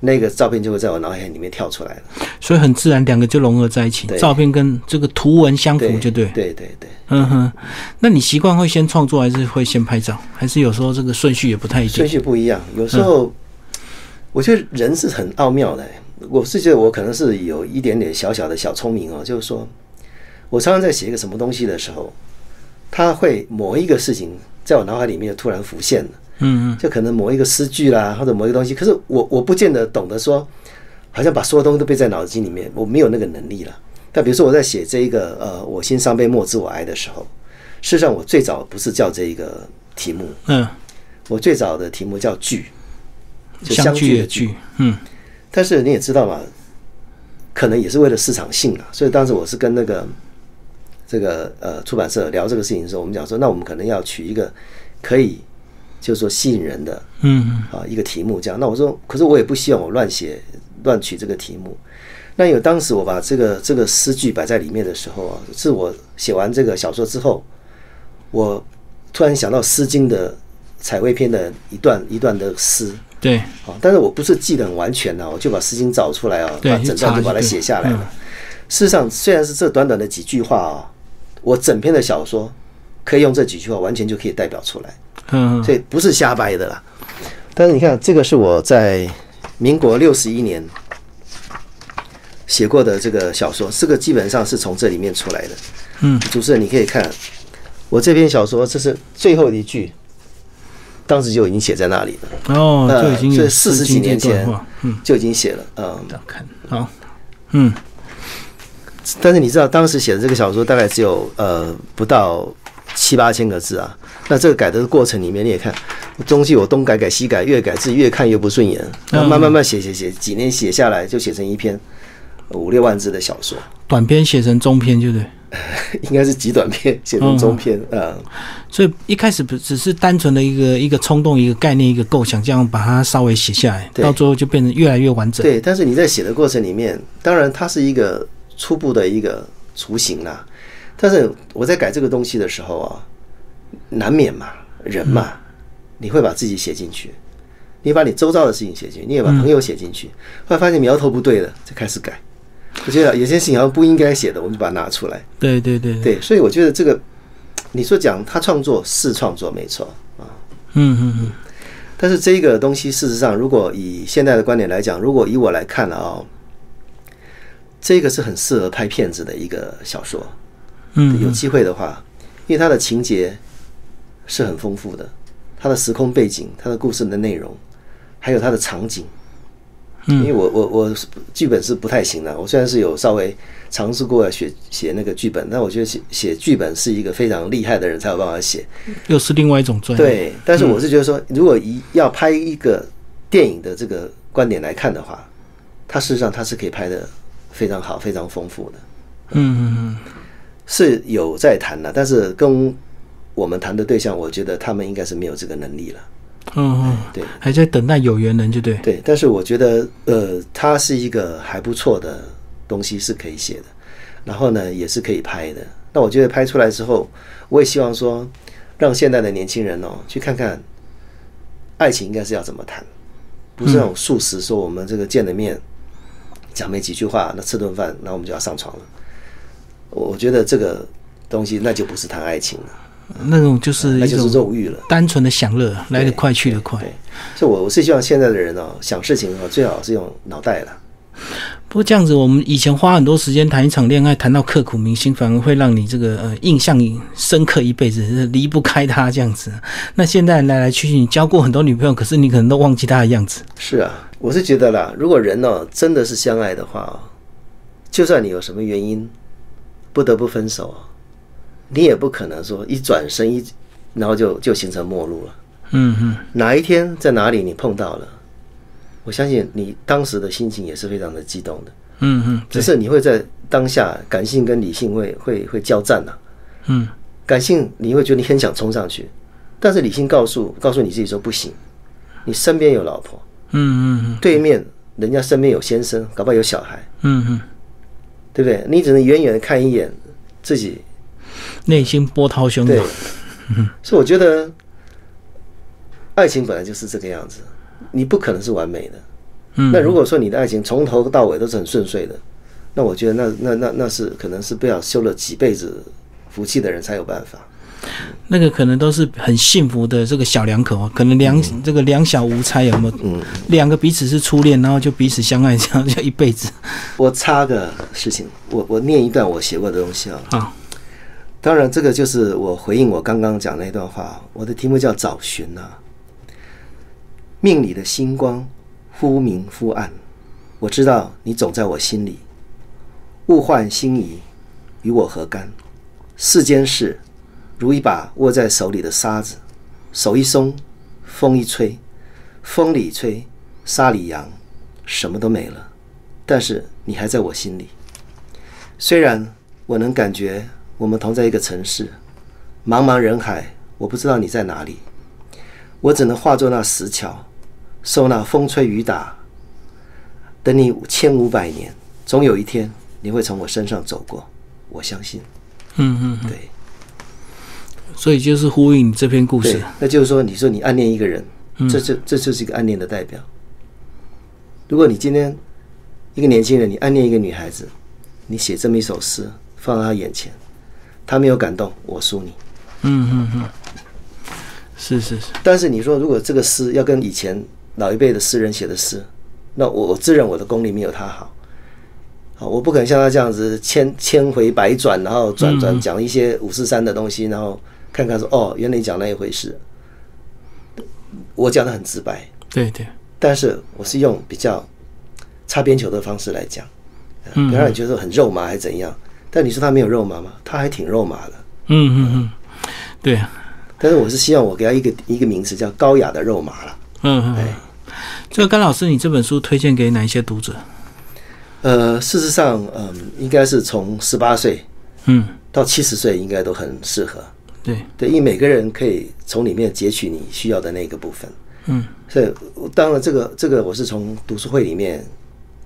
Speaker 2: 那个照片就会在我脑海里面跳出来了。
Speaker 1: 所以很自然两个就融合在一起，
Speaker 2: 对
Speaker 1: 照片跟这个图文相符，
Speaker 2: 对，
Speaker 1: 就对，
Speaker 2: 对对对。
Speaker 1: 嗯哼。那你习惯会先创作，还是会先拍照，还是有时候这个顺序也不太一定？
Speaker 2: 顺序不一样。有时候，我觉得人是很奥妙的欸、我是觉得我可能是有一点点小小的小聪明哦，就是说，我常常在写一个什么东西的时候，它会某一个事情在我脑海里面就突然浮现了，
Speaker 1: 嗯嗯，
Speaker 2: 就可能某一个诗句啦，或者某一个东西。可是我我不见得懂得说，好像把所有东西都背在脑筋里面，我没有那个能力了。但比如说我在写这一个呃，我心伤悲莫知我哀的时候，事实上我最早不是叫这一个题目，
Speaker 1: 嗯，
Speaker 2: 我最早的题目叫聚，就
Speaker 1: 相
Speaker 2: 聚
Speaker 1: 聚
Speaker 2: 的
Speaker 1: 也
Speaker 2: 聚。
Speaker 1: 聚，嗯
Speaker 2: 但是你也知道嘛，可能也是为了市场性啊，所以当时我是跟那个这个呃出版社聊这个事情的时候，我们讲说，那我们可能要取一个可以就是说吸引人的
Speaker 1: 嗯
Speaker 2: 啊一个题目这样。那我说，可是我也不希望我乱写乱取这个题目。那有当时我把这个这个诗句摆在里面的时候啊，是我写完这个小说之后，我突然想到《诗经》的《采薇篇》的一段一段的诗，
Speaker 1: 对，
Speaker 2: 啊，但是我不是记得很完全啊的、我就把《诗经》找出来啊，
Speaker 1: 对
Speaker 2: 把整段就
Speaker 1: 去查就
Speaker 2: 把它
Speaker 1: 对
Speaker 2: 写下来
Speaker 1: 嗯
Speaker 2: 了。事实上，虽然是这短短的几句话啊，我整篇的小说可以用这几句话完全就可以代表出来，
Speaker 1: 嗯
Speaker 2: 所以不是瞎掰的啦。但是你看，这个是我在民国六十一年写过的这个小说，这个基本上是从这里面出来的。
Speaker 1: 嗯，
Speaker 2: 主持人你可以看我这篇小说，这是最后一句，当时就已经写在那里了。
Speaker 1: 哦，就已经有
Speaker 2: 呃这四
Speaker 1: 诗
Speaker 2: 十
Speaker 1: 经
Speaker 2: 几年
Speaker 1: 这段
Speaker 2: 前
Speaker 1: 话嗯，
Speaker 2: 就已经写了，嗯，
Speaker 1: 这样看好，嗯
Speaker 2: 但是你知道当时写的这个小说大概只有呃不到七八千个字啊，那这个改的过程里面你也看，东西我东改改西改，越改字越看越不顺眼，那慢慢慢写写写，几年写下来就写成一篇呃五六万字的小说，
Speaker 1: 短篇写成中篇，就对。
Speaker 2: 应该是极短篇写成中篇，嗯，
Speaker 1: 所以一开始不只是单纯的一个一个冲动、一个概念、一个构想，这样把它稍微写下来，
Speaker 2: 对
Speaker 1: 到最后就变得越来越完整。
Speaker 2: 对，但是你在写的过程里面，当然它是一个初步的一个雏形啦、但是我在改这个东西的时候啊，难免嘛，人嘛，你会把自己写进去，你把你周遭的事情写进去，你也把朋友写进去，后来发现苗头不对了，就开始改。我觉得有些事情好像不应该写的，我们就把它拿出来。
Speaker 1: 对对对对，
Speaker 2: 对，所以我觉得这个，你说讲他创作是创作没错啊，
Speaker 1: 嗯嗯嗯，
Speaker 2: 但是这个东西，事实上，如果以现在的观点来讲，如果以我来看了啊、这个是很适合拍片子的一个小说。
Speaker 1: 嗯
Speaker 2: 有机会的话，因为它的情节是很丰富的，它的时空背景、它的故事的内容，还有它的场景。因为我我我剧本是不太行的，我虽然是有稍微尝试过写写那个剧本，但我觉得写写剧本是一个非常厉害的人才有办法写。
Speaker 1: 又是另外一种专业。
Speaker 2: 对，但是我是觉得说，如果一要拍一个电影的这个观点来看的话，它事实上它是可以拍的非常好、非常丰富的，
Speaker 1: 嗯，嗯
Speaker 2: 是有在谈的，但是跟我们谈的对象，我觉得他们应该是没有这个能力了。
Speaker 1: 嗯嗯嗯
Speaker 2: 对，
Speaker 1: 还在等待有缘人，就对。
Speaker 2: 对，但是我觉得，呃，它是一个还不错的东西，是可以写的，然后呢，也是可以拍的。那我觉得拍出来之后，我也希望说，让现代的年轻人哦去看看，爱情应该是要怎么谈，不是那种素食说我们这个见了面，讲没几句话，那吃顿饭，那我们就要上床了。我我觉得这个东西那就不是谈爱情了，
Speaker 1: 那种就是
Speaker 2: 呃那
Speaker 1: 一
Speaker 2: 就是
Speaker 1: 种
Speaker 2: 肉欲了。
Speaker 1: 单纯的享乐，来得快去得快。
Speaker 2: 对，所以我我是希望现在的人哦，想事情哦最好是用脑袋了。
Speaker 1: 不过这样子，我们以前花很多时间谈一场恋爱，谈到刻骨铭心，反而会让你这个呃印象深刻一辈子，离不开他这样子。那现在来来去去，你交过很多女朋友，可是你可能都忘记她的样子。
Speaker 2: 是啊，我是觉得啦，如果人呢、哦、真的是相爱的话、哦，就算你有什么原因不得不分手、哦，你也不可能说一转身一然后就就形成陌路了。
Speaker 1: 嗯嗯，
Speaker 2: 哪一天在哪里你碰到了，我相信你当时的心情也是非常的激动的，
Speaker 1: 嗯嗯，
Speaker 2: 只
Speaker 1: 对，
Speaker 2: 是你会在当下感性跟理性会会会交战呐、
Speaker 1: 嗯
Speaker 2: 感性你会觉得你很想冲上去，但是理性告诉告诉你自己说不行，你身边有老婆，
Speaker 1: 嗯嗯
Speaker 2: 对面人家身边有先生，搞不好有小孩，
Speaker 1: 嗯嗯，
Speaker 2: 对不对？你只能远远的看一眼自己，
Speaker 1: 内心波涛汹
Speaker 2: 对
Speaker 1: 涌。。
Speaker 2: 所以我觉得，爱情本来就是这个样子，你不可能是完美的。
Speaker 1: 嗯
Speaker 2: 那如果说你的爱情从头到尾都是很顺遂的，那我觉得那那那那是可能是不要修了几辈子福气的人才有办法。
Speaker 1: 那个可能都是很幸福的这个小两口啊，可能两、这个两小无猜有没有？
Speaker 2: 嗯，
Speaker 1: 两个彼此是初恋，然后就彼此相爱，这样就一辈子
Speaker 2: 我插个事情，我我念一段我写过的东西啊。
Speaker 1: 啊。
Speaker 2: 当然，这个就是我回应我刚刚讲那段话。我的题目叫“找寻”啊。命里的星光，忽明忽暗。我知道你总在我心里，物换星移，与我何干？世间事，如一把握在手里的沙子，手一松，风一吹，风里吹，沙里扬，什么都没了。但是你还在我心里。虽然我能感觉我们同在一个城市，茫茫人海，我不知道你在哪里，我只能化作那石桥，受那风吹雨打，等你千五百年，总有一天你会从我身上走过，我相信。
Speaker 1: 嗯嗯，
Speaker 2: 对
Speaker 1: 所以就是呼应你这篇故
Speaker 2: 对
Speaker 1: 事。，嗯
Speaker 2: 那就是说，你说你暗恋一个人，这就这就是一个暗恋的代表。如果你今天一个年轻人，你暗恋一个女孩子，你写这么一首诗放到她眼前，她没有感动，我输你。
Speaker 1: 嗯嗯嗯，是是是，
Speaker 2: 但是你说，如果这个诗要跟以前老一辈的诗人写的诗，那我我自认我的功力没有他好，啊，我不可能像他这样子千千回百转，然后转转讲一些五四三的东西，然后看看说哦，原来你讲那一回事。我讲的很直白，
Speaker 1: 对对，
Speaker 2: 但是我是用比较擦边球的方式来讲，
Speaker 1: 嗯
Speaker 2: 不要让你觉得很肉麻还是怎样。但你说他没有肉麻吗？他还挺肉麻的。
Speaker 1: 嗯嗯嗯，对啊，
Speaker 2: 但是我是希望我给他一个一个名词叫高雅的肉麻了。
Speaker 1: 嗯嗯嗯。
Speaker 2: 哎
Speaker 1: 这个甘老师，你这本书推荐给哪一些读者？
Speaker 2: 呃，事实上，嗯，应该是从十八岁
Speaker 1: 嗯，
Speaker 2: 到七十岁，应该都很适合。
Speaker 1: 对，
Speaker 2: 对，因为每个人可以从里面截取你需要的那个部分。
Speaker 1: 嗯
Speaker 2: 所以，我当然这个这个我是从读书会里面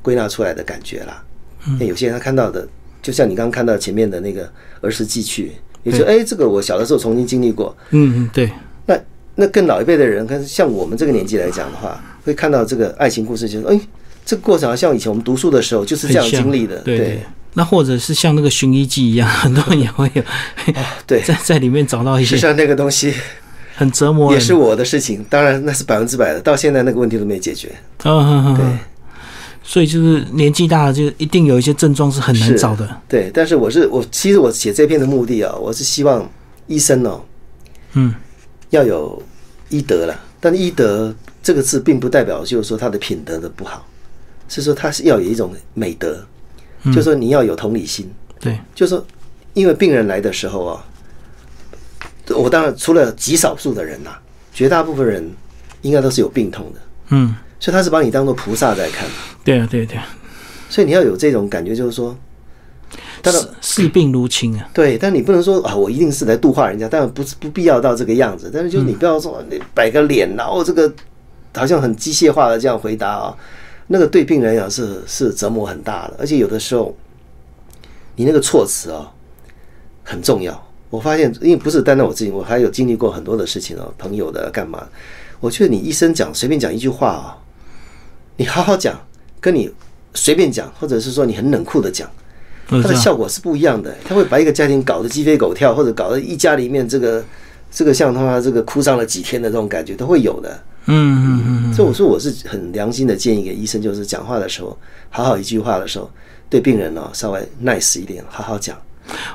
Speaker 2: 归纳出来的感觉啦。
Speaker 1: 嗯
Speaker 2: 那有些人他看到的，就像你刚刚看到前面的那个儿时记趣，你说哎，这个我小的时候曾经经历过。
Speaker 1: 嗯嗯，对，
Speaker 2: 那那更老一辈的人，看像我们这个年纪来讲的话，会看到这个爱情故事，就是哎，这个过程好像以前我们读书的时候就是
Speaker 1: 很
Speaker 2: 这样
Speaker 1: 像
Speaker 2: 经历的。
Speaker 1: 对对。那或者是像那个寻衣记一样，很多人也 会有
Speaker 2: 对，
Speaker 1: 在在里面找到一
Speaker 2: 实际
Speaker 1: 些
Speaker 2: 上那个东西
Speaker 1: 很折磨
Speaker 2: 也
Speaker 1: 人。
Speaker 2: 是我的事情，当然那是百分之百的，到现在那个问题都没解决。
Speaker 1: 嗯嗯
Speaker 2: 对
Speaker 1: 嗯，所以就是年纪大了，就一定有一些症状是很难
Speaker 2: 是
Speaker 1: 找的。
Speaker 2: 对，但是我是我，其实我写这篇的目的啊，我是希望医生哦
Speaker 1: 嗯
Speaker 2: 要有医德了，但是医德这个字并不代表就是说他的品德的不好，是说他是要有一种美德，
Speaker 1: 嗯
Speaker 2: 就说你要有同理心，
Speaker 1: 对，
Speaker 2: 就说因为病人来的时候啊，我当然除了极少数的人呐、绝大部分人应该都是有病痛的，
Speaker 1: 嗯，
Speaker 2: 所以他是把你当做菩萨在看。
Speaker 1: 对啊，对啊对啊，
Speaker 2: 所以你要有这种感觉，就是说，当然
Speaker 1: 视视病如亲啊。
Speaker 2: 对，但你不能说啊，我一定是来度化人家，当然不是不必要到这个样子。但是就是你不要说你摆个脸，然后这个好像很机械化的这样回答啊，那个对病人啊是是折磨很大的，而且有的时候你那个措辞啊很重要。我发现，因为不是单单我自己，我还有经历过很多的事情哦，朋友的干嘛？我觉得你医生讲随便讲一句话啊、你好好讲，跟你随便讲，或者是说你很冷酷的讲，
Speaker 1: 我
Speaker 2: 它
Speaker 1: 知
Speaker 2: 的
Speaker 1: 道
Speaker 2: 效果是不一样的。它会把一个家庭搞得鸡飞狗跳，或者搞得一家里面这个这个像他妈这个哭上了几天的这种感觉都会有的。
Speaker 1: 嗯嗯嗯嗯，
Speaker 2: 所以我说我是很良心的建议给医生，就是讲话的时候，好好一句话的时候，对病人呢、哦稍微 nice 一点，好好讲。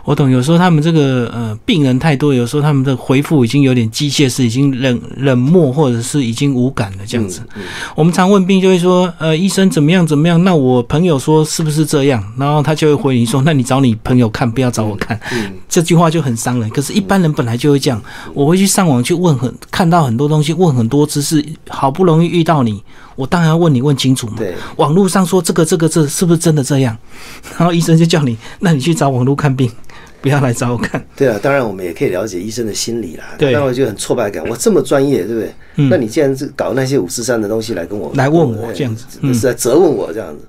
Speaker 1: 我懂。有时候他们这个呃病人太多，有时候他们的回复已经有点机械式，已经冷冷漠，或者是已经无感了这样子。
Speaker 2: 嗯
Speaker 1: 我们常问病就会说，呃，医生怎么样怎么样？那我朋友说是不是这样？然后他就会回你说，那你找你朋友看，不要找我看。
Speaker 2: 嗯
Speaker 1: 这句话就很伤人。可是，一般人本来就会这样。我会去上网去问很看到很多东西，问很多知识。好不容易遇到你，我当然要问你问清楚嘛。
Speaker 2: 对
Speaker 1: 网络上说这个这个这是不是真的这样？ 然后医生就叫你，那你去找网络看病， 不要来找我看。
Speaker 2: 对啊，当然我们也可以了解医生的心理啦。
Speaker 1: 对嗯
Speaker 2: 当然我就很挫败感，我这么专业，对不对？那你既然是搞那些五四三的东西来跟我
Speaker 1: 来问我
Speaker 2: 哎
Speaker 1: 这样子嗯
Speaker 2: 是在责问我这样子。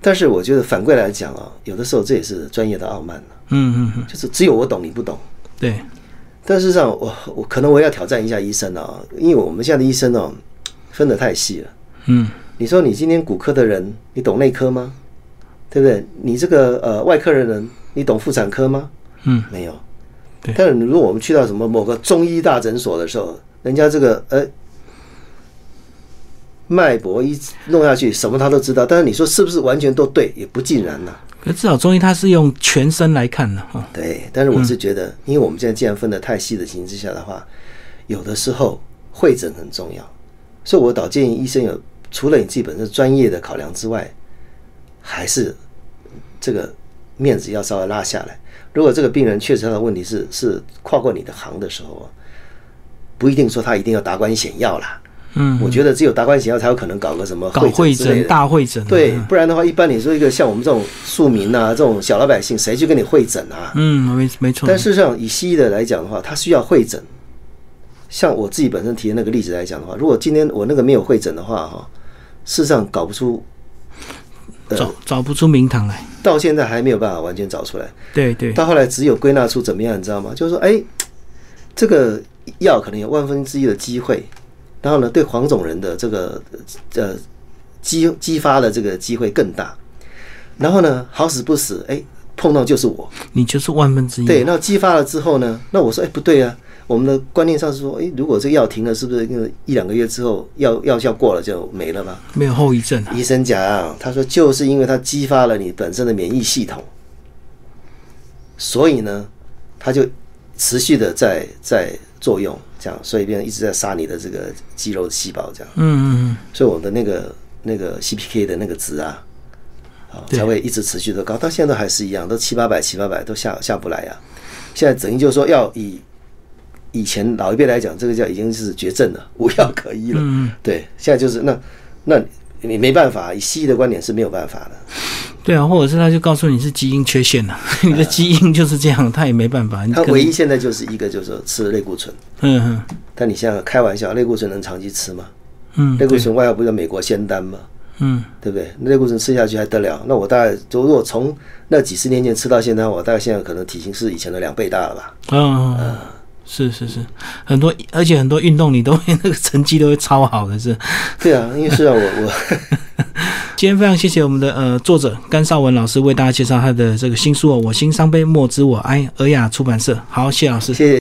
Speaker 2: 但是我觉得反过来讲啊，有的时候这也是专业的傲慢了，
Speaker 1: 嗯嗯嗯，
Speaker 2: 就是只有我懂你不懂。
Speaker 1: 对，
Speaker 2: 但事实上，我我可能我要挑战一下医生啊，因为我们现在的医生哦、分得太细了。
Speaker 1: 嗯
Speaker 2: 你说你今天骨科的人，你懂内科吗？对不对？你这个呃外科的人，你懂妇产科吗？
Speaker 1: 嗯，
Speaker 2: 没有。
Speaker 1: 对
Speaker 2: 但是如果我们去到什么某个中医大诊所的时候，人家这个呃脉搏一弄下去，什么他都知道。但是你说是不是完全都对，也不尽然呐、啊
Speaker 1: 可至少中医他是用全身来看的哦哈。
Speaker 2: 对，但是我
Speaker 1: 嗯
Speaker 2: 是觉得，因为我们现在既然分得太细的情形之下的话，有的时候会诊很重要，所以我倒建议医生有除了你自己本身专业的考量之外，还是这个面子要稍微拉下来。如果这个病人确实他的问题是是跨过你的行的时候啊，不一定说他一定要达官显要啦。
Speaker 1: 嗯，
Speaker 2: 我觉得只有达官显要才有可能搞个什么
Speaker 1: 搞
Speaker 2: 会
Speaker 1: 会
Speaker 2: 之类
Speaker 1: 诊、
Speaker 2: 的
Speaker 1: 大嗯会诊、啊
Speaker 2: 对，，不然的话，一般你说一个像我们这种庶民啊，这种小老百姓，谁去跟你会诊啊？
Speaker 1: 嗯，没没错。
Speaker 2: 但事实上，以西医的来讲的话，它需要会诊。像我自己本身提的那个例子来讲的话，如果今天我那个没有会诊的话，哈，事实上搞不出，
Speaker 1: 找找不出名堂来。
Speaker 2: 到现在还没有办法完全找出来。
Speaker 1: 对对，
Speaker 2: 到后来只有归纳出怎么样，你知道吗？就是说，哎，这个药可能有万分之一的机会，然后呢，对黄种人的这个呃激激发的这个机会更大。然后呢，好死不死，哎，碰到就是我，
Speaker 1: 你就是万分之一。
Speaker 2: 对，那激发了之后呢？那我说，哎，不对啊，我们的观念上是说，哎，如果这个药停了，是不是那个一两个月之后药药效过了就没了吧？
Speaker 1: 没有后遗症啊。
Speaker 2: 医生讲、他说就是因为它激发了你本身的免疫系统，所以呢，它就持续的在在作用，这样，所以变成一直在杀你的这个肌肉细胞，这样，
Speaker 1: 嗯嗯
Speaker 2: 所以我的那个那个 CPK 的那个值啊。啊，
Speaker 1: 对
Speaker 2: 才会一直持续的高，到现在都还是一样，都七八百、七八百都下下不来呀、现在等于就是说，要以以前老一辈来讲，这个叫已经是绝症了， 无药可医了。
Speaker 1: 嗯
Speaker 2: 对，现在就是那那你没办法，以西医的观点是没有办法的。
Speaker 1: 嗯，对啊，或者是他就告诉你是基因缺陷了、啊 你的基因就是这样，他也没办法。你
Speaker 2: 他
Speaker 1: 可能
Speaker 2: 唯一现在就是一个就是说吃类固醇，
Speaker 1: 嗯
Speaker 2: 但你现在开玩笑，类固醇能长期吃吗？
Speaker 1: 嗯
Speaker 2: 类
Speaker 1: 嗯
Speaker 2: 固醇外号不叫美国仙丹吗？
Speaker 1: 嗯，
Speaker 2: 对不对？类固醇吃下去还得了？那我大概如果从那几十年前吃到现在，我大概现在可能体型是以前的两倍大了吧？
Speaker 1: 嗯，是是是，很多而且很多运动你都会那个成绩都会超好的是。
Speaker 2: 对啊，因为是啊，我 我。
Speaker 1: 今天非常谢谢我们的呃作者甘绍文哎老师为大家介绍他的这个新书哦，《我心伤悲莫知我哀》，尔雅出版社。好，谢老师。
Speaker 2: 谢谢。